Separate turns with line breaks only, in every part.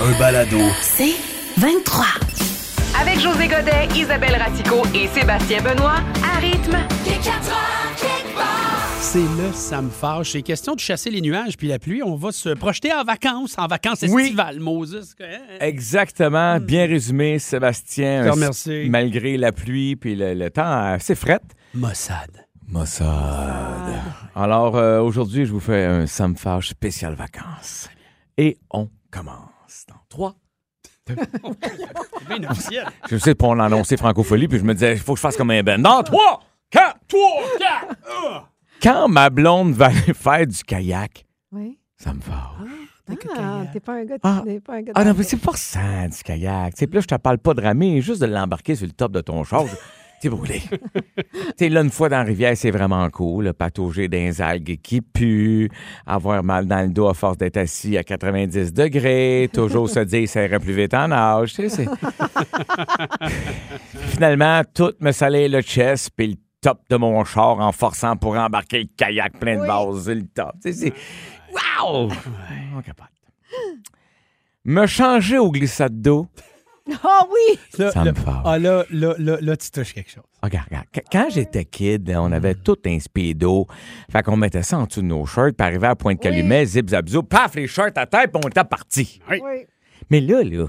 Un balado.
C'est 23.
Avec José Godet, Isabelle Ratico et Sébastien Benoît, à rythme.
C'est là, ça me fâche. C'est question de chasser les nuages puis la pluie. On va se projeter en vacances, en vacances
Oui.
estivales, Moses. Hein?
Exactement. Bien résumé, Sébastien.
te remercie.
Malgré la pluie puis le, le temps assez fret.
Mossad. Ah, ben.
Mossad. Alors, euh, aujourd'hui, je vous fais un Samfage spécial vacances. Et on commence dans trois.
C'est bien officiel.
Je sais pas, on l'a annoncé francophonie, puis je me disais, il faut que je fasse comme un ben. Non, trois, quatre, trois, quatre. ah! Quand ma blonde va aller faire du kayak,
Oui.
ça me fâche.
Ah, t'es pas un gars de.
Ah.
t'es pas un gars de-
Ah non, mais c'est pas ça, du kayak. Tu sais, puis là, je te parle pas de ramer, juste de l'embarquer sur le top de ton char. je- T'es brûlé. T'es là, une fois dans la rivière, c'est vraiment cool. là, Patauger dans les algues qui puent, avoir mal dans le dos à force d'être assis à 90 degrés, toujours se dire ça irait plus vite en âge. Tu sais, c'est- Finalement, tout me salait le chest puis le top de mon char en forçant pour embarquer le kayak plein de bases sur le top. Tu sais, c'est... Wow! On capote. Me changer au glissade d'eau.
Ah oui!
Là,
Ça me
là-
fâche.
Ah là, là, là, là, tu touches quelque chose.
Ah, Regarde, regarde. Qu- Quand j'étais kid, là, on avait tout un speedo. Fait qu'on mettait ça en dessous de nos shirts, puis arrivait à pointe calumet, zip zap zou, paf, les shirts à terre, puis on était parti.
Oui.
Mais là, là,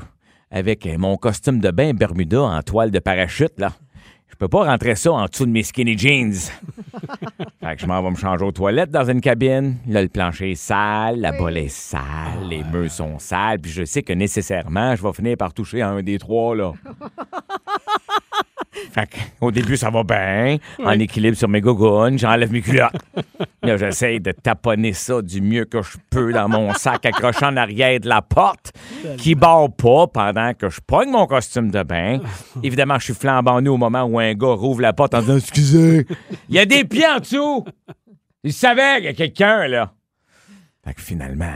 avec euh, mon costume de bain Bermuda en toile de parachute, là, je peux pas rentrer ça en dessous de mes skinny jeans. fait que je m'en vais me changer aux toilettes dans une cabine. Là, le plancher est sale, la bolle est sale, les murs sont sales, puis je sais que nécessairement, je vais finir par toucher à un des trois, là. Fait que, au début, ça va bien, en équilibre sur mes gougounes, j'enlève mes culottes. Là, j'essaie de taponner ça du mieux que je peux dans mon sac accrochant en arrière de la porte qui barre pas pendant que je pogne mon costume de bain. Évidemment, je suis flambant nu au moment où un gars rouvre la porte en disant Excusez, il y a des pieds en dessous. Il savait qu'il y a quelqu'un, là. Fait que finalement,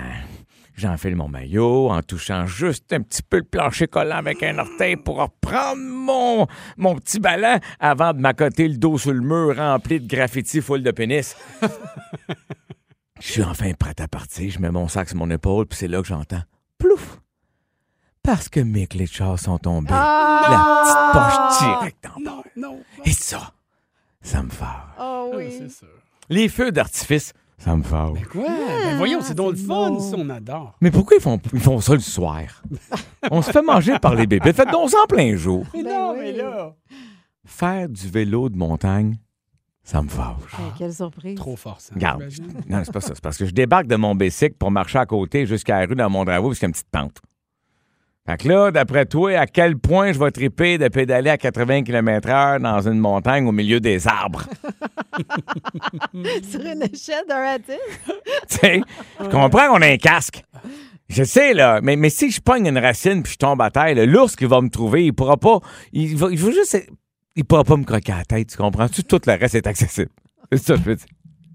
j'enfile mon maillot en touchant juste un petit peu le plancher collant avec un orteil pour reprendre mon, mon petit ballon avant de m'accoter le dos sur le mur rempli de graffitis full de pénis. Je suis enfin prête à partir. Je mets mon sac sur mon épaule, puis c'est là que j'entends plouf! Parce que mes clés de char sont tombées. La petite poche directe dans le bord.
Non.
Et ça, ça me fâche.
Ah oui.
sûr.
Les feux d'artifice, ça me fâche.
Quoi? Ben voyons, c'est donc le
Ah, c'est
fun,
beau.
ça, on adore.
Mais pourquoi ils font, ils font ça le soir? On se fait manger par les bébés. Faites donc ça en plein jour.
Mais
Ben
non,
oui.
mais là.
Faire du vélo de montagne, ça me fâche.
Eh, Quelle surprise.
Trop fort, ça.
Garde.
j'imagine.
Non, c'est pas ça. C'est parce que je débarque de mon bicycle pour marcher à côté jusqu'à la rue dans mon dravois, puisqu'il y a une petite pente. Fait que là, d'après toi, à quel point je vais triper de pédaler à 80 km/h dans une montagne au milieu des arbres?
Sur une échelle d'un à dix.
Tu sais, je comprends qu'on a un casque. Je sais, là, mais, mais si je pogne une racine puis je tombe à terre, là, l'ours qui va me trouver, il pourra pas. Il va, il va juste. Il pourra pas me croquer à la tête, tu comprends-tu? Tout le reste est accessible. C'est ça, que je veux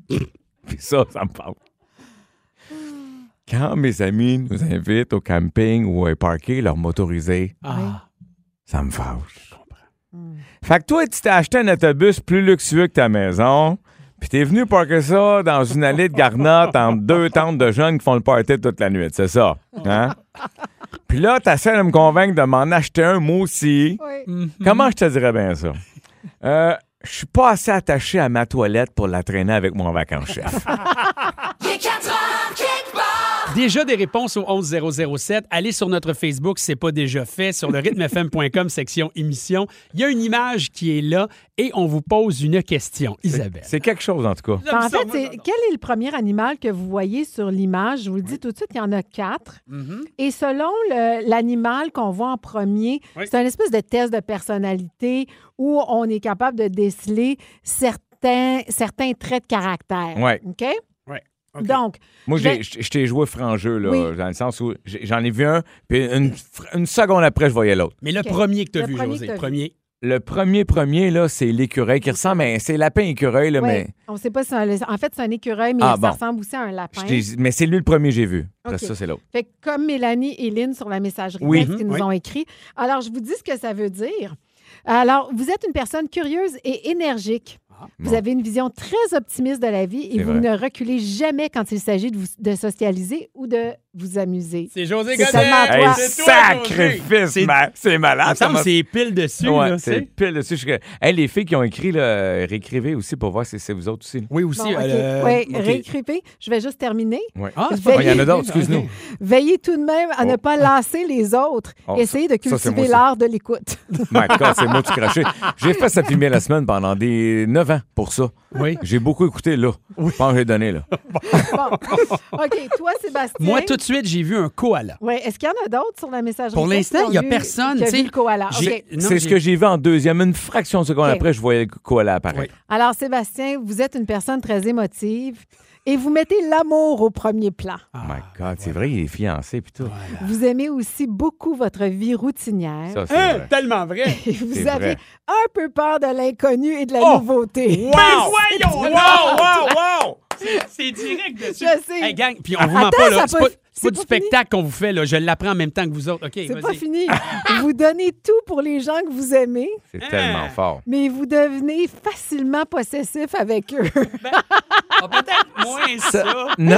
dire. puis ça, ça me parle. Quand mes amis nous invitent au camping ou à parquer leur motorisé,
Ah,
ça me fâche. Fait que toi, tu t'es acheté un autobus plus luxueux que ta maison, puis t'es venu parker ça dans une allée de garnottes entre deux tentes de jeunes qui font le party toute la nuit, c'est ça? Hein? Puis là, t'essaies de me convaincre de m'en acheter un, moi aussi.
Oui.
Comment je te dirais bien ça? Euh, je suis pas assez attaché à ma toilette pour la traîner avec mon vacances-chef.
Déjà des réponses au 11007. Allez sur notre Facebook, c'est pas déjà fait, sur le rythmefm.com, section émission. Il y a une image qui est là et on vous pose une question, Isabelle.
C'est quelque chose, en tout cas.
En fait, c'est- quel est le premier animal que vous voyez sur l'image? Je vous le dis tout de suite, il y en a quatre.
Mhm.
Et selon le- l'animal qu'on voit en premier,
Oui.
c'est un espèce de test de personnalité où on est capable de déceler certains, certains traits de caractère.
Ouais.
OK?
Ouais.
Donc,
Moi,
ben-
j'ai- je je t'ai joué franc jeu, là,
Oui.
dans le sens où j'ai- j'en ai vu un, puis une, fr- une seconde après, je voyais l'autre.
Mais le
OK.
premier que tu as
Le
vu,
premier que
José,
t'as vu.
premier.
Le premier premier, là, c'est l'écureuil qui ressemble à un- C'est lapin-écureuil, là,
ouais,
mais...
on sait pas si c'est un- En fait, c'est un écureuil, mais
Ah,
ça
bon.
ressemble aussi à un
je
lapin.
t'ai- Mais c'est lui le premier que j'ai vu. Après
OK.
ça, c'est l'autre.
Fait que comme Mélanie et Lynn sur la messagerie
Oui.
texte qui nous
Oui.
ont écrit. Alors, je vous dis ce que ça veut dire. Alors, vous êtes une personne curieuse et énergique.
Ah,
Vous
Bon.
avez une vision très optimiste de la vie et
C'est
vous
vrai.
ne reculez jamais quand il s'agit de, vous- de socialiser ou de vous amuser.
C'est José
C'est
Godet!
seulement toi.
Hey,
C'est toi, José!
sacrifice,
C'est-
ma- c'est
Il
malade.
me
ça
semble que
m'a-
c'est pile dessus,
Ouais,
là, tu
c'est
sais.
pile dessus. Je- Hey, les filles qui ont écrit, là, euh, réécrivez aussi pour voir si c'est vous autres aussi. là.
Oui, aussi.
Bon, OK.
euh,
Ouais,
OK.
réécrivez. Je vais juste terminer.
Ouais.
Ah, c'est
Veillez-
pas
Ouais, Il y en a d'autres, excuse-nous.
Veillez tout de même à
Oh.
ne pas lasser les autres.
Oh,
Essayez de
ça, ça, c'est moi
cultiver
aussi.
l'art de l'écoute.
My God, c'est moi du craché. J'ai fait cette lumière la semaine pendant des 9 ans pour ça.
Oui.
J'ai beaucoup écouté, là. Je pense que j'ai donné, là.
Bon. OK, toi, Sébastien.
Moi, tout de suite, j'ai vu un koala.
Ouais, est-ce qu'il y en a d'autres sur la messagerie?
Pour
texte qui
l'instant,
ont
il y a
vu-
personne,
qui a
tu sais.
vu le koala.
J'ai-
Ah, OK.
non,
C'est ce
j'ai-
que j'ai vu en deuxième. Une fraction de seconde
OK.
après, je voyais le koala apparaître.
Alors, Sébastien, vous êtes une personne très émotive et vous mettez l'amour au premier plan.
Oh
Ah.
my God, c'est vrai, il est fiancé, puis tout.
Vous aimez aussi beaucoup votre vie routinière.
Ça, c'est
Hein,
vrai.
tellement vrai.
et vous
c'est
avez
vrai.
un peu peur de l'inconnu et de la
Oh!
nouveauté.
Ben voyons! donc!
wow, wow!
C'est direct dessus.
Je sais.
Hey, gang, puis on vous ment
Attends,
pas, là.
ça
C'est
peut-
pas,
c'est
c'est pas du
pas
spectacle qu'on vous fait, là. Je l'apprends en même temps que vous autres. OK,
C'est pas
vas-y.
fini. vous donnez tout pour les gens que vous aimez,
C'est
Hein?
tellement fort.
mais vous devenez facilement possessif avec eux.
Ah, peut-être moins ça.
Non?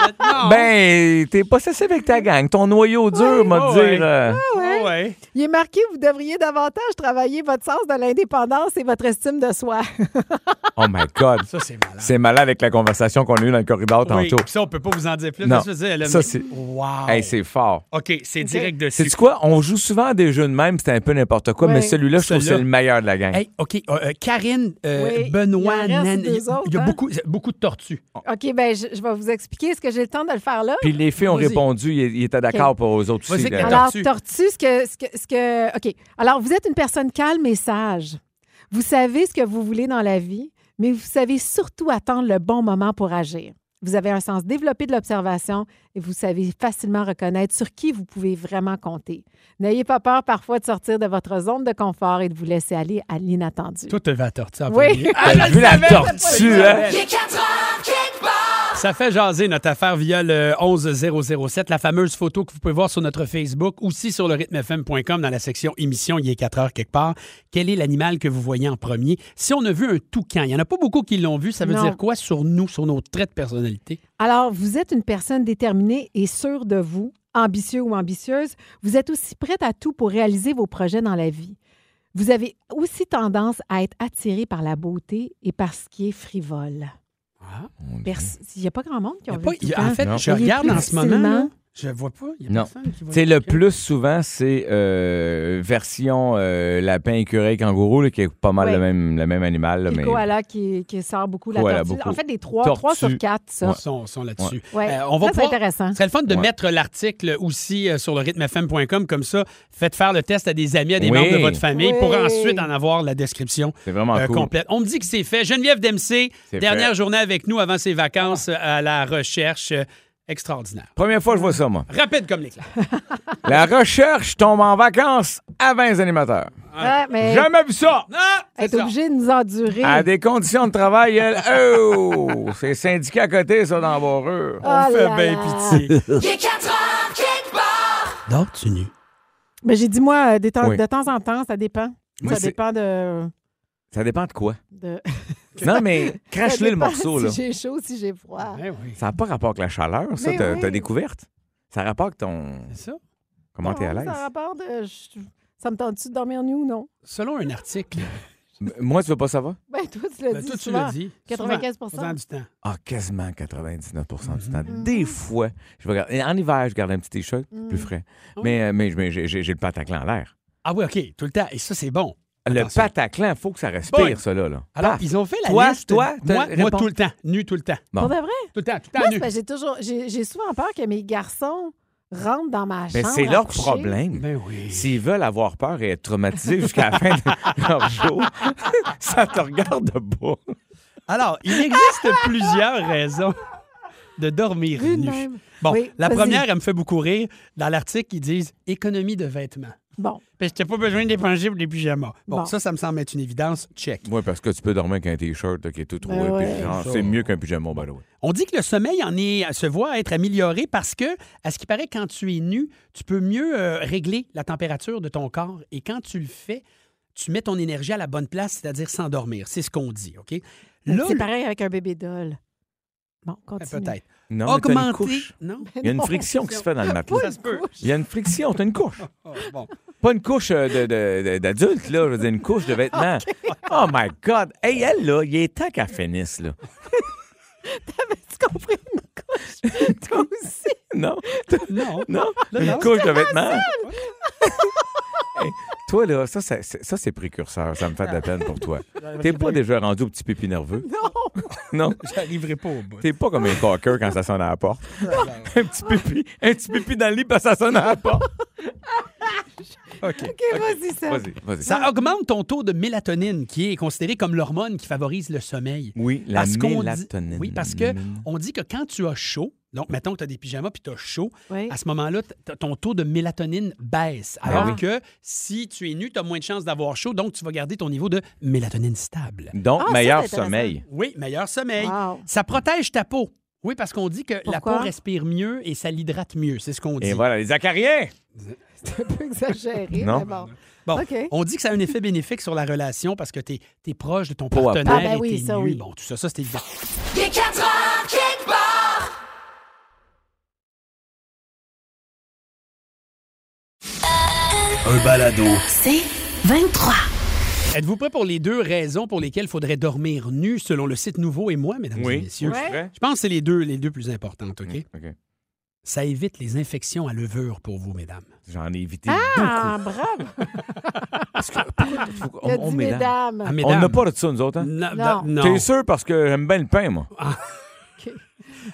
Maintenant,
Ben, t'es possessif avec ta gang. Ton noyau dur, m'a
Oh,
dire.
ouais.
euh,
ouais. ouais.
Il est marqué, vous devriez davantage travailler votre sens de l'indépendance et votre estime de soi.
Oh my God.
Ça, c'est malade.
C'est malade avec la conversation qu'on a eue dans le corridor
Oui, Ah.
tantôt.
puis ça, on peut pas vous en dire plus.
Non.
mais je veux dire, là,
Ça,
mais-
c'est-
Wow.
Hey, c'est fort.
OK, c'est direct dessus.
C'est quoi? On joue souvent à des jeux de même, c'est un peu n'importe quoi,
Ouais.
mais celui-là, je trouve que c'est
Celui-là.
le meilleur de la gang.
Hey, OK, euh, euh, Karine, euh,
Oui,
Benoît,
il en reste
Nan, il
deux
y a, il y a
autres, hein?
beaucoup, beaucoup de tortues.
OK, ben je, je vais vous expliquer. Est-ce que j'ai le temps de le faire là?
Puis les filles ont
Vas-y.
répondu, ils ils étaient d'accord
Ok.
pour eux autres aussi.
Vas-y,
là.
Karine.
Alors,
tortue.
tortue, ce que, ce que, ce que- OK. Alors, vous êtes une personne calme et sage. Vous savez ce que vous voulez dans la vie, mais vous savez surtout attendre le bon moment pour agir. Vous avez un sens développé de l'observation et vous savez facilement reconnaître sur qui vous pouvez vraiment compter. N'ayez pas peur parfois de sortir de votre zone de confort et de vous laisser aller à l'inattendu.
Toi, tu vas à tortue en
Oui. Ah,
premier.
T'as vu la tortue, hein?
Ça fait jaser notre affaire via le 11007, la fameuse photo que vous pouvez voir sur notre Facebook, aussi sur le rythmefm.com dans la section émission, il est 4 heures quelque part. Quel est l'animal que vous voyez en premier? Si on a vu un toucan, il n'y en a pas beaucoup qui l'ont vu, ça veut
Non.
dire quoi sur nous, sur nos traits de personnalité?
Alors, vous êtes une personne déterminée et sûre de vous, ambitieux ou ambitieuse. Vous êtes aussi prête à tout pour réaliser vos projets dans la vie. Vous avez aussi tendance à être attiré par la beauté et par ce qui est frivole.
Ah.
Pers- Il n'y a pas grand monde qui
Il y
a
a pas-
vu
il y a-
Toucan.
en fait,
Non.
Il
je
est
regarde
plus
en ce moment,
facilement-
là, je vois pas. Il y a
Non.
personne qui voit
C'est le
toucan.
plus souvent, c'est euh, version euh, lapin, écureuil, kangourou, là, qui est pas mal
Ouais.
le, même, le même animal. là,
Puis
mais
le koala qui, qui sort beaucoup la
Koala,
tortue.
beaucoup.
En fait, les trois,
Tortue.
trois sur quatre, ça.
Ils sont, sont là-dessus.
Ouais.
Euh, on va
ça, c'est
pouvoir-
intéressant.
Ce serait le fun de
Ouais.
mettre l'article aussi euh, sur le rythmefm.com, comme ça, faites faire le test à des amis, à des
Oui.
membres de votre famille,
Oui.
pour ensuite en avoir la description
c'est vraiment
euh,
cool.
complète. On me dit que c'est fait. Geneviève Dempsey,
C'est
dernière
fait.
journée avec nous avant ses vacances euh, à la recherche. euh, extraordinaire.
Première fois que je vois ça, moi.
Rapide comme l'éclat.
La recherche tombe en vacances avant les animateurs.
Ouais, mais
Jamais vu ça!
Ah, c'est
être
ça.
obligé de nous endurer.
À des conditions de travail, elle... Oh! C'est syndiqué à côté, ça, dans Borreux.
Oh
Fais
là
bien
là.
pitié. Dors-tu nu?
Mais j'ai dit, moi, euh, des temps-
Oui.
de temps en temps, ça dépend.
Moi,
ça
c'est-
dépend de...
Ça dépend de quoi?
de...
Non, mais
Ça
crache-le le
dépend
morceau,
si
là.
j'ai chaud, si j'ai froid.
Ben oui,
Ça n'a pas rapport avec la chaleur, ça,
Mais
t'as
oui.
t'as découverte. Ça a rapport avec ton.
c'est ça.
Comment t'es à
Non,
l'aise?
Ça rapporte, euh, je- ça me tente-tu de dormir nu ou non?
Selon un article,
M- Moi, tu veux pas savoir?
Ben, toi, tu l'as
ben,
dit.
toi, tu
souvent.
l'as dit.
95
souvent, faisant du temps.
Ah, quasiment 99 du
Mm-hmm.
temps. Des fois, je vais garder- En hiver, je garde un petit t-shirt
Mm.
plus frais. Mais, euh, mais, mais j'ai- j'ai j'ai le pataclan à l'air.
Ah oui, OK, tout le temps. Et ça, c'est bon.
Le
Attention.
pataclan, il faut que ça respire,
Boy.
ça, là. là.
Alors,
Paf.
ils ont fait la
Toi,
liste.
toi, t'as-
moi, moi,
réponds.
tout le temps. Nu tout le temps.
Bon.
Pour de vrai?
Tout le temps, tout le
Moi,
temps
c'est
nu.
parce que j'ai toujours, j'ai j'ai souvent peur que mes garçons rentrent dans ma
Mais
chambre.
Ben, c'est
à
leur
coucher.
problème.
Ben oui.
S'ils veulent avoir peur et être traumatisés jusqu'à la fin de leur jour, ça te regarde de bas.
Alors, il existe plusieurs raisons de dormir
Vu de
nu.
même.
Bon,
Oui,
la
vas-y.
première, elle me fait beaucoup rire. Dans l'article, ils disent économie de vêtements.
Bon,
Parce que t'as pas besoin de dépenser pour des pyjamas. Bon,
Bon.
ça, ça me semble être une évidence. Check.
Oui, parce que tu peux dormir avec un T-shirt là, qui est tout troué.
Ben
puis
ouais.
genre,
Ça.
C'est mieux qu'un pyjama, by the way.
On dit que le sommeil en est, se voit être amélioré parce que, à ce qui paraît, quand tu es nu, tu peux mieux euh, régler la température de ton corps. Et quand tu le fais, tu mets ton énergie à la bonne place, c'est-à-dire s'endormir. C'est ce qu'on dit, OK? Là,
c'est
le-
pareil avec un bébé doll. Bon, continue.
peut-être.
Non, mais t'as une
Augmenter.
couche.
Non,
Il y a une
Non,
friction qui se fait dans le matelas.
ça se peut.
Il y a une friction, t'as une couche.
Ah, bon.
Pas une couche euh, de- de- de- d'adulte, là. Je veux dire, une couche de vêtements. Oh my God. Hey, elle, là, il est temps qu'elle finisse, là.
Tu comprends une couche? Toi aussi.
Non?
Non.
Non?
Là,
une
non.
couche de vêtements. Hey, toi, là, ça, ça, c'est- ça, c'est précurseur. Ça me fait de la peine pour toi. T'es pas déjà rendu au petit pipi nerveux?
Non.
Non?
J'arriverai pas au bout.
T'es pas comme un cocker quand ça sonne à la porte. un petit pipi, un petit pipi dans le lit parce que ça sonne à la porte.
OK.
OK, vas-y, ça.
Vas-y, vas-y.
Ça augmente ton taux de mélatonine, qui est considéré comme l'hormone qui favorise le sommeil.
Oui, la
Parce qu'on dit-
mélatonine.
oui, parce que on dit que quand tu as chaud, donc mettons que tu as des pyjamas puis tu as chaud,
Oui.
à ce moment-là, t- t- ton taux de mélatonine baisse. Alors
Ben oui.
que si tu es nu, tu as moins de chances d'avoir chaud, donc tu vas garder ton niveau de mélatonine stable.
Donc,
Ah, ça,
meilleur
c'est intéressant.
sommeil.
Oui, meilleur sommeil.
Wow.
Ça protège ta peau. Oui, parce qu'on dit que la
Pourquoi?
peau respire mieux et ça l'hydrate mieux. C'est ce qu'on dit.
Et voilà, les acariens!
C'est un peu exagéré,
Non.
mais bon.
Bon,
OK.
on dit que ça a un effet bénéfique sur la relation parce que t'es es proche de ton
Peau à
partenaire
peau. Ah, ben
et
oui,
t'es
ça,
nu.
oui.
Bon, tout ça, ça c'est évident.
Un balado.
C'est 23.
Êtes-vous prêts pour les deux raisons pour lesquelles il faudrait dormir nu selon le site Nouveau et moi, mesdames et messieurs?
Ouais.
Je pense que c'est les deux, les deux plus importantes, OK?
OK.
Ça évite les infections à levure pour vous, mesdames.
J'en ai évité.
Ah, bravo.
Faut-
Il a
on- on
dit
mélange.
mesdames.
Ah, mesdames.
On n'a pas de ça, nous autres. Hein?
Non,
Non.
non.
T'es sûr parce que j'aime bien le pain, moi.
Ah,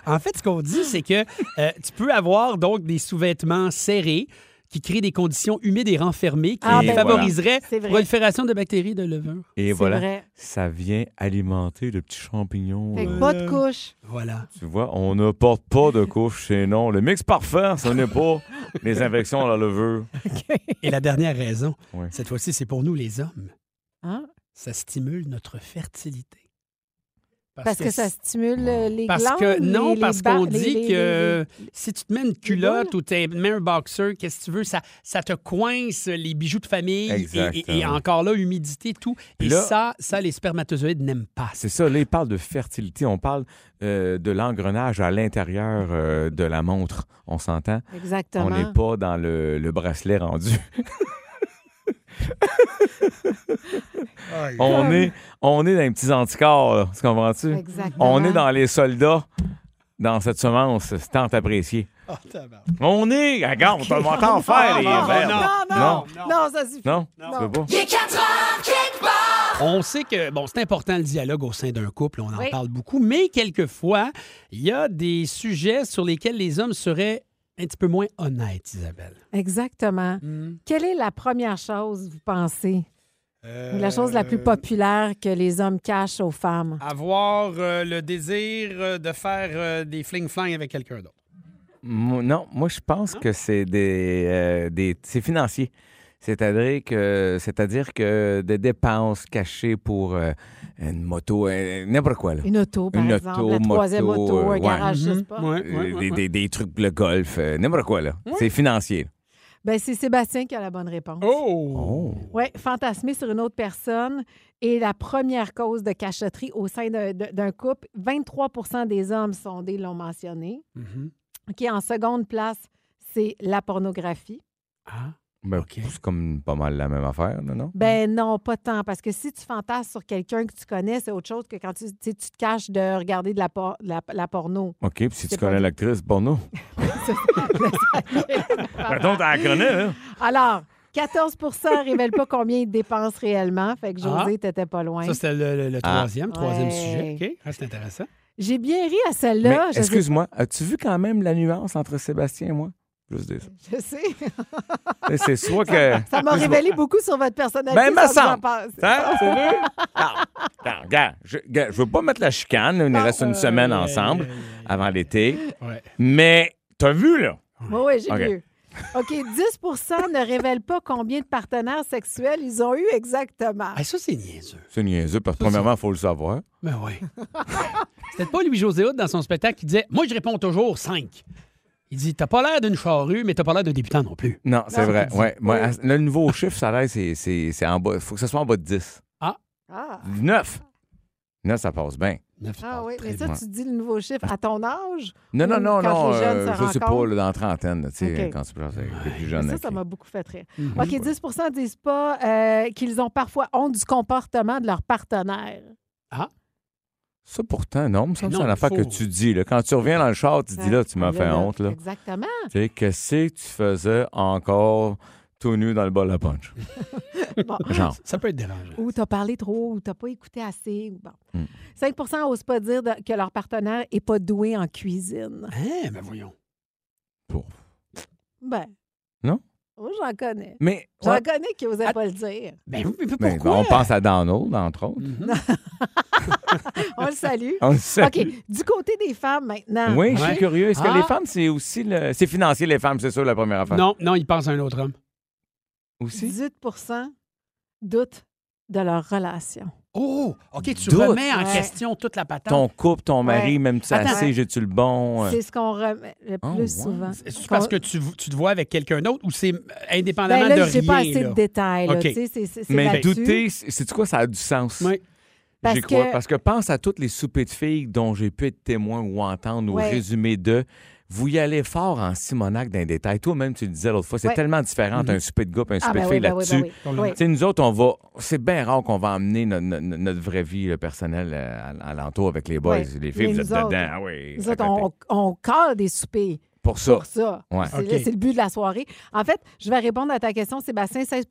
En fait, ce qu'on dit, c'est que euh, tu peux avoir donc des sous-vêtements serrés qui créent des conditions humides et renfermées qui
Ah, ben
favoriseraient
C'est vrai.
prolifération de bactéries de levure.
Et
C'est
voilà.
vrai.
Ça vient alimenter le petit champignon.
Fait que
là.
pas de couche.
Voilà.
Tu vois, on ne porte pas de couche chez non. Le mix parfait, ce n'est pas les infections à la levure.
Et la dernière raison,
Ouais.
cette fois-ci, c'est pour nous les hommes.
Hein?
Ça stimule notre fertilité.
Parce que, ça stimule euh, les
Parce
glandes.
que
les-
non,
les
parce
ba-
qu'on
les-
dit
les-
que si tu te mets une culotte
boules?
ou tu te mets un boxer, qu'est-ce que tu veux, ça, ça te coince les bijoux de famille et- et,
Exactement.
et encore là, humidité, tout. Et
Puis là-
ça, ça, les spermatozoïdes n'aiment pas.
C'est ça, là, il parle de fertilité. On parle euh, de l'engrenage à l'intérieur euh, de la montre. On s'entend?
les-
On
Exactement.
n'est pas dans le, le bracelet rendu. on, est, on est dans les petits anticorps, là. tu comprends-tu?
Exactement.
On est dans les soldats dans cette semence tant appréciée. On est, regarde, on va t'en faire les
non,
verres.
Ah, Non,
Non.
non, non, non, ça suffit.
Non,
Non.
tu veux pas?
On sait que, bon, c'est important le dialogue au sein d'un couple, on en
Oui.
parle beaucoup, mais quelquefois, il y a des sujets sur lesquels les hommes seraient un petit peu moins honnêtes, Isabelle.
Exactement. Quelle est la première chose, vous pensez?
Euh,
Ou La chose la plus populaire que les hommes cachent aux femmes.
Avoir euh, le désir euh, de faire euh, des fling-flang avec quelqu'un d'autre.
Moi, Non, moi je pense que c'est des, euh, des c'est financier. C'est-à-dire que c'est-à-dire que des dépenses cachées pour euh, une moto, euh, n'importe quoi là.
Une auto, par
Une
exemple.
auto,
la troisième
moto,
auto,
euh,
un
ouais.
garage, je sais pas.
Mmh, Ouais,
Euh,
ouais, ouais,
des,
ouais.
des- des trucs le golf, euh, n'importe quoi là. C'est financier.
Ben, c'est Sébastien qui a la bonne réponse.
Oh!
Oui, fantasmer sur une autre personne est la première cause de cachotterie au sein d'un- d'un d'un couple. 23 des hommes sondés l'ont mentionné.
Mhm.
OK, en seconde place, c'est la pornographie.
Ah,
Ben,
OK.
C'est comme pas mal la même affaire, là, non?
Ben non, pas tant, parce que si tu fantasmes sur quelqu'un que tu connais, c'est autre chose que quand tu, tu sais, tu te caches de regarder de la, por- de la, la porno.
OK, puis si tu
pas
connais
grave.
l'actrice, bon, non. Pardon,
Ah,
t'as la connais,
hein?
là.
Alors, 14 ne révèlent pas combien ils dépensent réellement. Fait que José, t'étais pas loin.
Ça, c'était le, le- le
Ah.
troisième, troisième
Ouais.
sujet. OK. Ah, c'est intéressant.
J'ai bien ri à
Mais
celle-là. je sais
excuse-moi, as-tu vu quand même la nuance entre Sébastien et moi? Juste dire ça.
Je sais.
Et C'est soit que.
Ça m'a révélé beaucoup sur votre personnalité.
Ben, me
ça, je m'en
semble.
passe.
Hein, c'est vrai? Non, non, regarde, je, regarde, je veux pas mettre la chicane. On reste une semaine ensemble avant l'été.
Ouais.
Mais t'as vu, là?
Oui, oui, j'ai
OK.
vu. OK, 10 ne révèlent pas combien de partenaires sexuels ils ont eu exactement.
Ah, ça, c'est niaiseux.
C'est niaiseux, parce que premièrement, il faut le savoir.
Ben oui. C'était pas Louis-José Hood dans son spectacle qui disait Moi, je réponds toujours 5. Il dit T'as pas l'air d'une charrue, mais t'as pas l'air d'un débutant non plus.
Non, c'est vrai.
c'est-
Ouais, moi, à- le nouveau chiffre, ça a l'air, c'est, c'est, c'est en bas. faut que ce soit en bas de 10.
Ah,
9. 9, ça passe bien.
Neuf, ça
ah
passe
oui,
très
mais ça,
bien.
tu dis le nouveau chiffre à ton âge.
Non, non,
Ou
non,
quand
non.
les jeunes se
je sais pas,
rencontrent.
là, dans la trentaine, là, tu sais, hein,
OK.
quand tu parles avec les plus
Mais
jeunes.
Ça, ça
ok.
m'a beaucoup fait rire.
Mhm.
OK, 10 disent pas euh, qu'ils ont parfois honte du comportement de leur partenaire.
Ça, pourtant, non, me semble
non,
que c'est une
mais
affaire que
faut-
tu dis. Là. Quand tu reviens dans le char, tu dis là, tu m'as
Ah,
fait
là,
honte. Là.
Exactement.
Tu sais, qu'est-ce que tu faisais encore tout nu dans le bol à punch?
Bon.
Genre.
Ça peut être dérangeant.
Ou t'as parlé trop, ou t'as pas écouté assez. ou Bon.
Mm.
5 n'osent pas dire de- que leur partenaire est pas doué en cuisine.
Hein, ben voyons.
Ben.
Non?
Moi, j'en connais.
Mais,
J'en
ouais,
connais qui n'osaient
Ah.
pas le dire.
Ben oui, mais
mais
pourquoi?
on pense à Donald, entre autres.
Mhm.
On le salue.
On le sait.
OK. Du côté des femmes maintenant.
Oui, je suis
Ouais.
curieux. Est-ce que
Ah.
les femmes, c'est aussi le. C'est financier, les femmes, c'est ça la première affaire?
Non, non, il pense à un autre homme.
Aussi?
18 doutent de leur relation.
Oh, OK, tu
Doute.
remets en
Ouais.
question toute la patente.
Ton couple, ton mari,
Ouais.
même tu
Attends.
assez, j'ai-tu le bon? euh,
C'est ce qu'on remet le plus
Oh, ouais.
souvent.
Est-ce parce que tu, tu te vois avec quelqu'un d'autre ou c'est euh, indépendamment
Ben là,
de
j'ai
rien?
pas assez
là?
de détails. là.
OK.
Tu sais, c'est- c'est- c'est
Mais
là-dessus.
douter, c'est quoi? Ça a du sens.
Oui.
Parce
J'y crois.
que-
Parce que pense à toutes les soupers de filles dont j'ai pu être témoin ou entendre
Ouais.
au résumé de. Vous y allez fort en Simonac d'un détail. Toi-même, tu le disais l'autre fois, c'est
Ouais.
tellement différent d'un souper de gars et un
Ah,
souper
ben
de
oui,
filles
ben oui,
là-dessus.
ben oui. Oui.
Tu sais, nous autres, on va. C'est bien rare qu'on va emmener no- no- no- notre vraie vie euh, personnelle euh, à- à l'entour avec les boys.
Ouais.
Les filles,
Mais
vous
nous
êtes
autres,
dedans. Ah oui,
Nous
à
autres,
côté.
on, on cale des soupers
Pour ça.
pour ça.
Ouais.
C'est
OK.
là, c'est le but de la soirée. En fait, je vais répondre à ta question, Sébastien. 16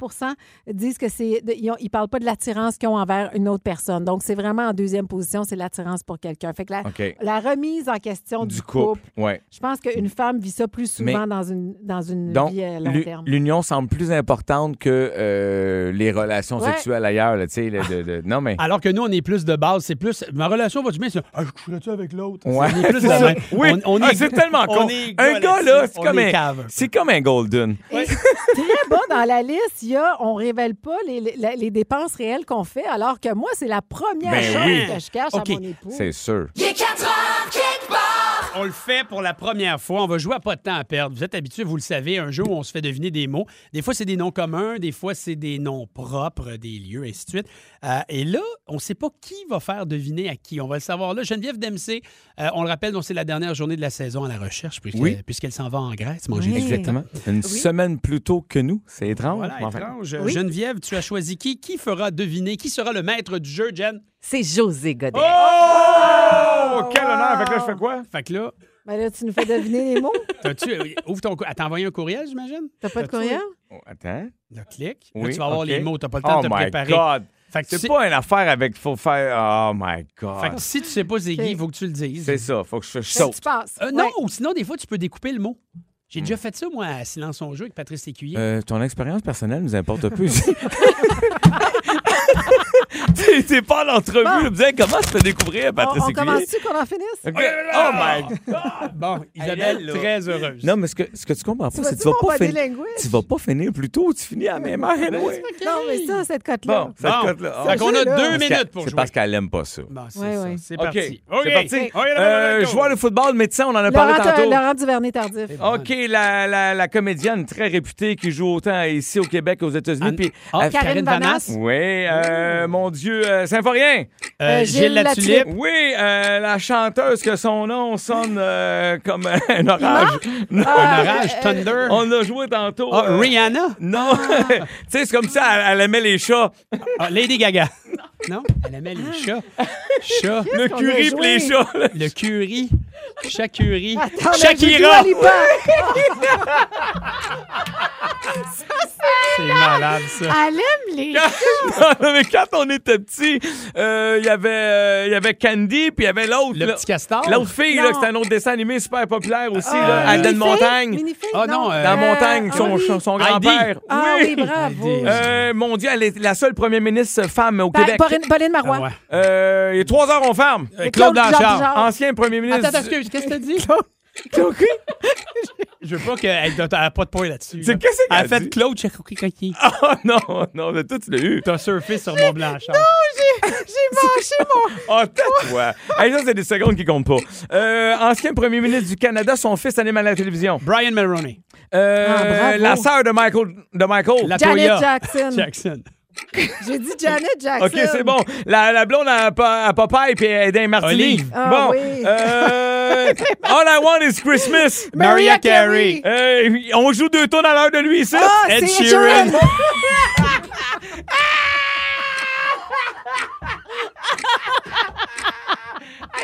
disent que c'est. de- Ils ne parlent pas de l'attirance qu'ils ont envers une autre personne. Donc, c'est vraiment en deuxième position, c'est l'attirance pour quelqu'un. Fait que la,
OK.
la remise en question du,
Du
couple.
couple. Ouais.
je pense qu'une femme vit ça plus souvent
Mais-
dans une, dans une
Donc,
vie à long
l'u-
terme.
l'union semble plus importante que euh, les relations
Ouais.
sexuelles ailleurs. là, tu sais, là, de- de- non, mais.
Alors que nous, on est plus de base. C'est plus. Ma relation va du bien, c'est. Ah, je coucherai-tu avec l'autre?
Ouais,
On est Ah, plus
c'est
de
ça.
même.
Oui,
On, on
Ah,
est-
c'est tellement
on
con.
est
Un gars, là,
là-dessus.
c'est
On
comme
est
un-
cave.
C'est comme un golden.
Très bas dans la liste, il y a on révèle pas les, les- les dépenses réelles qu'on fait, alors que moi, c'est la première
Ben
chose
oui.
que je cache
OK.
à mon époux.
C'est sûr.
On le fait pour la première fois. On va jouer à pas de temps à perdre. Vous êtes habitués, vous le savez, un jeu où on se fait deviner des mots. Des fois, c'est des noms communs, des fois, c'est des noms propres des lieux, ainsi de suite. Euh, et là, on ne sait pas qui va faire deviner à qui. On va le savoir là. Geneviève Dempsey, euh, on le rappelle, donc, c'est la dernière journée de la saison à la recherche, puisqu'elle
Oui.
puisqu'elle s'en va en Grèce manger
Oui.
du
Exactement. Une semaine plus tôt que nous. C'est étrange.
Voilà,
mais enfin.
étrange.
Oui.
Geneviève, tu as choisi qui? Qui fera deviner? Qui sera le maître du jeu, Jen?
C'est José Godet.
Oh! Quel honneur! Fait que là, je fais quoi?
Fait que là,
Ben là, tu nous fais deviner les mots.
t'as-tu... euh, ouvre ton... cou- Elle t'a envoyé un courriel, j'imagine?
T'as pas de
T'as-tu-
courriel?
Oh, attends.
Là, clique. Là,
Oui,
tu vas avoir
OK.
les mots. T'as pas le temps
oh
de te
my
préparer.
God.
Fait que, tu
C'est
sais-
pas une affaire avec faut faire. Oh my
fait
God.
que si tu sais pas c'est qui,
OK.
il faut que tu le dises.
C'est ça. Faut que je je
Fait que
saute.
tu passes.
Euh,
Ouais.
Non, ou sinon, des fois, tu peux découper le mot. J'ai déjà fait ça, moi, à Silence on Jeu avec Patrice Lécuyer.
Hmm. Euh, ton expérience personnelle nous importe peu ici. T'es- T'es pas à l'entrevue. je me disais, comment tu peux découvrir
On,
Patrice
on
Écuyer?
commence-tu qu'on en finisse?
Ok. Oh my God.
Ah, Bon, Isabelle,
elle, là.
très heureuse.
Non, mais ce que, ce que tu comprends pas, c'est que
vas-tu
tu vas
mon
pas finir.
bodylanguage?
Tu vas pas finir plus tôt, tu finis à la même heure. anyway.
Non, mais ça, cette cote-là.
Bon, cette
Bon.
cote-là.
Fait qu'on a
jeu-là.
deux
Parce qu'elle-
minutes pour jouer.
C'est parce qu'elle aime pas ça.
Bon, c'est
Ouais,
ça.
ouais.
C'est
OK.
parti. Oh,
C'est parti. Euh, joueur de football, médecin, on en a parlé
Laurent, euh,
tantôt. Eh ben.
Laurent Duvernay tardif.
OK, la, la, la comédienne très réputée qui joue autant ici au Québec aux États-Unis.
Anne-
puis-
Ah,
euh,
Karine
Karine
Vanasse.
Vanasse.
Oui, euh, mon Dieu, euh, Symphorien.
Euh,
Euh, Gilles
Gilles Latulippe.
Latulippe.
Oui, euh, la chanteuse que son nom sonne euh, comme un orage. Non,
Un orage, Thunder.
on a joué tantôt.
Ah,
euh,
Rihanna.
Non, tu sais, c'est comme ça, elle, elle aimait les chats.
Ah, Lady Gaga. Non, elle aimait les chats. Chat.
Le
qu'on
curry
a
pis
joué?
les chats. là.
Le curry. Chacuri.
On a vu
Shakira.
Dua Lipa.
C'est malade, ça.
Ah,
Elle aime les
non, non, mais quand on était petit, euh, il y avait, euh, il y avait Candy, puis il y avait l'autre.
Le
là.
petit castor.
L'autre fille, là,
Non.
que c'était un autre dessin animé super populaire aussi,
Ah,
là, Adam
Minifée?
Montagne.
Minifée?
Ah, non, euh,
Dans Montagne, son,
Henri.
son- son
Heidi.
grand-père.
Ah oui, bravo.
Heidi.
Euh, mon Dieu, elle est la seule première ministre femme au
Pa-
Québec.
Pauline, Pauline
Ah
Marois.
ouais.
Euh, il est trois heures, on ferme.
Euh, Claude Blanchard.
Blanchard.
Ancien premier ministre.
Attends, excuse, qu'est-ce que t'as dit? Je veux pas qu'elle elle a pas de poids là-dessus.
C'est
là.
qu'est-ce qu'elle
Elle a
dit?
fait Claude Chakouki-Kaki.
oh non, non, mais toi, tu l'as eu.
T'as surfé sur mon Blanchard.
Oh, J'ai mangé mon.
Oh, tais-toi. Hey, ça, c'est des secondes qui comptent pas. Euh, ancien premier ministre du Canada, son fils anime à la télévision.
Brian Mulroney.
Euh,
Ah, bravo.
la sœur de Michael. De Michael.
La
Janet
Toya.
Jackson.
Jackson.
J'ai dit Janet Jackson.
OK, c'est bon. La, la blonde à, Pa- à Popeye puis elle est dans les martinis.
Olive.
Ah,
bon.
oui.
Euh, All I want is Christmas.
Mariah Carey.
Euh, on joue deux tonnes à l'heure de lui ici.
Ah, c'est Ed Sheeran.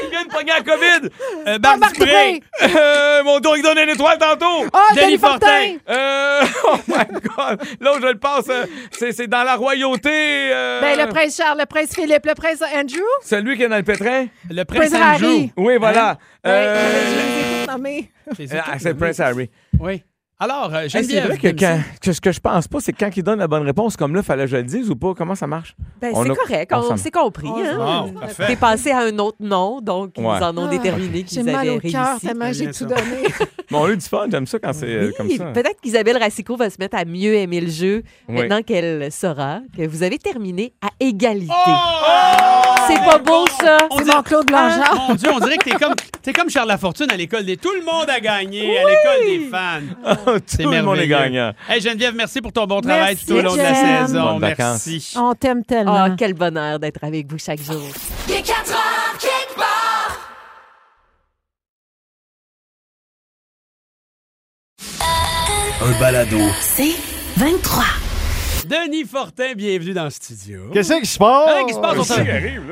Il vient de pogner la COVID.
Euh, Marc
Marc
Dupré.
Dupré.
Euh, mon don, il donne une étoile tantôt.
Ah, Denis Fortin.
Euh, oh my God. Là, je le passe. euh, C'est c'est dans la royauté. euh,
Ben, le prince Charles, le prince Philippe, le prince Andrew,
Celui qui est dans le pétrin.
Le prince
prince
Andrew.
Harry.
Oui, voilà.
Ben,
Euh,
je les ai tous nommés.
C'est
euh, ah, c'est Prince Harry.
Oui. Alors, euh,
Hey,
j'aime
c'est
bien.
vrai que, quand- que ce que je pense pas, c'est que quand il donne la bonne réponse comme là, fallait que je le dise ou pas? Comment ça marche?
Ben,
On
c'est
a-
correct,
on
on
s'en-
s'est compris. hein.
Bon,
T'es passé à un autre nom, donc ils
Ouais.
en ont
Ah,
déterminé
J'ai
qu'ils
mal
avaient
au cœur
réussi.
tellement j'ai
bien
tout
ça.
donné.
Mais on a eu du fun, j'aime ça quand c'est euh,
Oui,
comme ça.
Peut-être qu'Isabelle Racicot va se mettre à mieux aimer le jeu
Oui.
maintenant qu'elle saura que vous avez terminé à égalité.
Oh,
c'est pas beau, ça?
C'est mon Claude Blanchard.
Oh! Mon Dieu, on dirait que t'es comme, t'es comme Charles Lafortune à l'école des. Tout le monde a gagné à l'école des fans.
Tout le monde est
merveilleux.
gagnant.
Hey Geneviève, merci pour ton bon travail
Merci,
tout au long de la
Jen.
saison.
Bonnes vacances.
merci.
On t'aime tellement.
Ah, quel bonheur d'être avec vous chaque jour.
Il est 4 heures, quelque part.
Un balado.
C'est 23.
Denis Fortin, bienvenue dans le studio.
Qu'est-ce qui se passe?
Hey, Hein, qu'est-ce qui se
Oh,
passe? On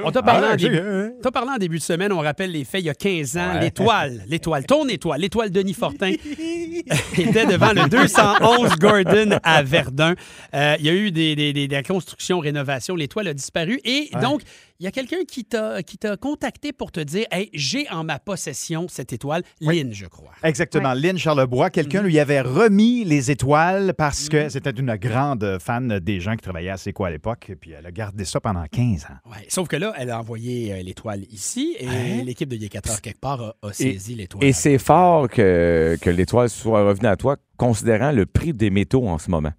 t'a- On t'a parlé,
Ah,
en
je sais,
début-
hein.
t'as parlé en début de semaine, on rappelle les faits, il y a 15 ans, l'étoile, l'étoile, ton étoile, l'étoile Denis Fortin était devant le 211 Gordon à Verdun. Euh, il y a eu des, des, des- des constructions, rénovations, l'étoile a disparu et donc il y a quelqu'un qui t'a qui t'a contacté pour te dire hey, j'ai en ma possession cette étoile, Lynn, je crois.
Exactement. Lynn Charlebois,
Mhm.
quelqu'un lui avait remis les étoiles parce que c'était une grande fan des gens qui travaillaient à C'est quoi à l'époque, puis elle a gardé ça pendant 15 ans.
Ouais. Sauf que là, elle a envoyé euh, l'étoile ici et
Hein?
l'équipe de Yé 4 heures quelque part a, a saisi l'étoile.
Et c'est fort que, que l'étoile soit revenue à toi, considérant le prix des métaux en ce moment.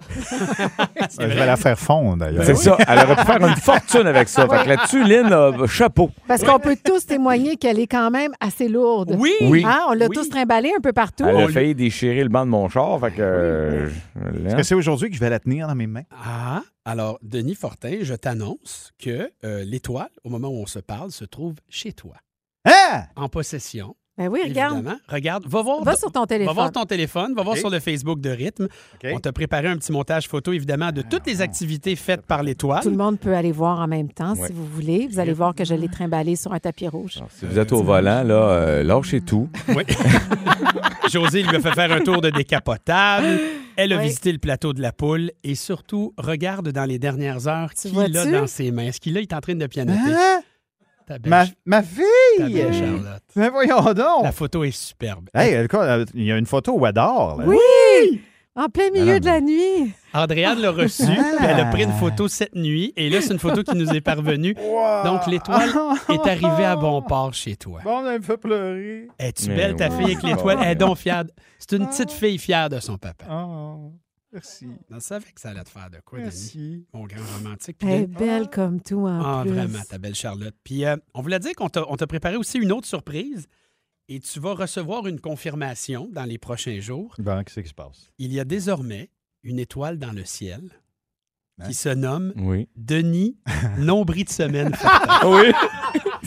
Ah,
Euh, je vais la faire fondre, d'ailleurs.
C'est ça. Elle aurait pu faire une fortune avec ça. Fait que là-dessus, Lynn, euh, chapeau.
Parce qu'on peut tous témoigner qu'elle est quand même assez lourde.
Oui!
Oui.
Hein, on l'a
Oui.
tous trimballé un peu partout.
Elle
on
a
lui-
failli déchirer le banc de mon char. Fait que. euh, je-
hein?
Est-ce que c'est aujourd'hui que je vais la tenir dans mes mains?
Ah, alors, Denis Fortin, je t'annonce que euh, l'étoile, au moment où on se parle, se trouve chez toi,
Hein?
en possession.
Ben oui, regarde.
Évidemment. Regarde, va voir,
Va sur ton
va
téléphone.
voir ton téléphone, va voir
OK.
sur le Facebook de Rythme.
OK. Ah.
On t'a préparé un petit montage photo, évidemment, de toutes les activités faites par l'étoile.
Tout le monde peut aller voir en même temps si vous voulez. Vous allez voir que je l'ai trimballé sur un tapis rouge.
Si vous êtes au volant, là, euh, lâchez tout.
Oui. José lui a fait faire un tour de décapotable. Elle a
Oui.
visité le plateau de la poule et surtout, regarde dans les dernières heures qui
vois-tu? Ah,
qu'il a dans ses mains. Ce qu'il a, il est en train de pianoter.
Hein?
Ta belle-
Ma, ma
Ben, ta belle
fille!
Charlotte.
Mais voyons donc!
La photo est superbe.
Hey, elle- elle- il y a une photo où elle dort. là.
Oui! En plein milieu de la nuit.
Andréane l'a reçu, puis elle a pris une photo cette nuit, et là, c'est une photo qui nous est parvenue.
Wow! Ah,
Donc, l'étoile est arrivée à bon port chez toi.
Bon, elle me fait pleurer.
Es-tu
Mais
belle, ta
oui.
fille, avec l'étoile? Elle est donc fière. C'est une petite fille fière de son papa.
Oh, merci.
On savait que ça allait te faire de quoi, Denis?
Merci.
Mon grand romantique. Puis
Elle est
de-
belle comme tout Eh en
Ah,
plus.
vraiment, ta belle Charlotte. Puis, euh, on voulait dire qu'on t'a on t'a préparé aussi une autre surprise, et tu vas recevoir une confirmation dans les prochains jours.
Bon, qu'est-ce qui se passe?
Il y a désormais une étoile dans le ciel
Hein?
qui se nomme
Oui.
Denis Nombris de semaine.
Oui.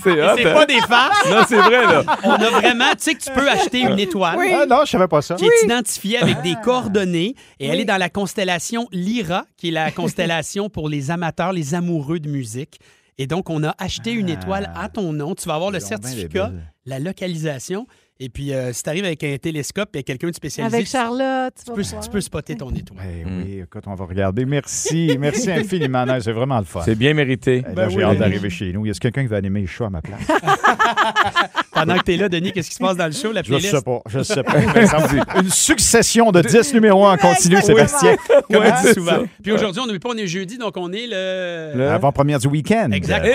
C'est
Et
hot.
c'est
hein?
pas des farces.
Non, c'est vrai, là.
On a vraiment, tu sais que tu peux acheter une étoile
Ah non, je savais pas ça.
qui est identifiée avec des coordonnées et elle est dans la constellation Lyra, qui est la constellation pour les amateurs, les amoureux de musique. Et donc, on a acheté une étoile à ton nom. Tu vas avoir le
Ils ont bien des
certificat,
belles.
la localisation Et puis, euh, si tu arrives avec un télescope et quelqu'un de spécialisé.
Avec Charlotte.
Tu, peux, tu peux spotter ton étoile.
Eh oui, écoute, on va regarder. Merci. Merci infiniment. Non, C'est vraiment le fun.
C'est bien mérité.
Eh, là,
Ben
J'ai
oui.
hâte d'arriver chez nous. Est-ce quelqu'un qui va animer les shows à ma place?
Pendant que tu es là, Denis, qu'est-ce qui se passe dans le show, la
Je
playlist?
sais pas. Je sais pas. Il me semble que c'est Une succession de 10 numéros en continu, Sébastien.
Comme on dit
c'est
souvent.
ça.
Puis aujourd'hui, on n'est pas, on est jeudi, donc on est le.
Le- Avant-première du week-end.
Exact. Puis-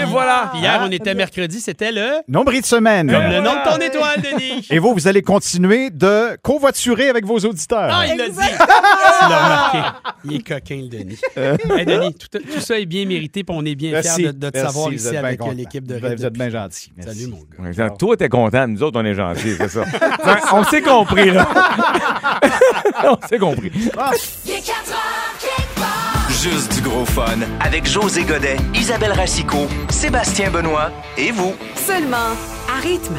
puis Hier, on était mercredi, c'était le.
Nombril de semaine.
Comme le nom de ton étoile, Denis.
Et vous, vous allez continuer de convoiturer avec vos auditeurs.
Ah, il l'a dit! Tu l'as remarqué. Il est coquin, le Denis. Euh. Hey, Denis, tout, tout ça est bien mérité, puis on est bien
Merci.
fiers de, de te
Merci,
savoir
vous
ici
êtes bien
avec euh,
content.
l'équipe de
Ben,
Rêve
Vous
de
êtes bien gentil.
Salut, mon gars.
Exact. Toi, t'es content, nous autres, on est gentils, c'est ça. Enfin, on s'est compris, là. on s'est compris.
Juste du gros fun avec José Godet, Isabelle Racicot, Sébastien Benoît et vous.
Seulement à rythme.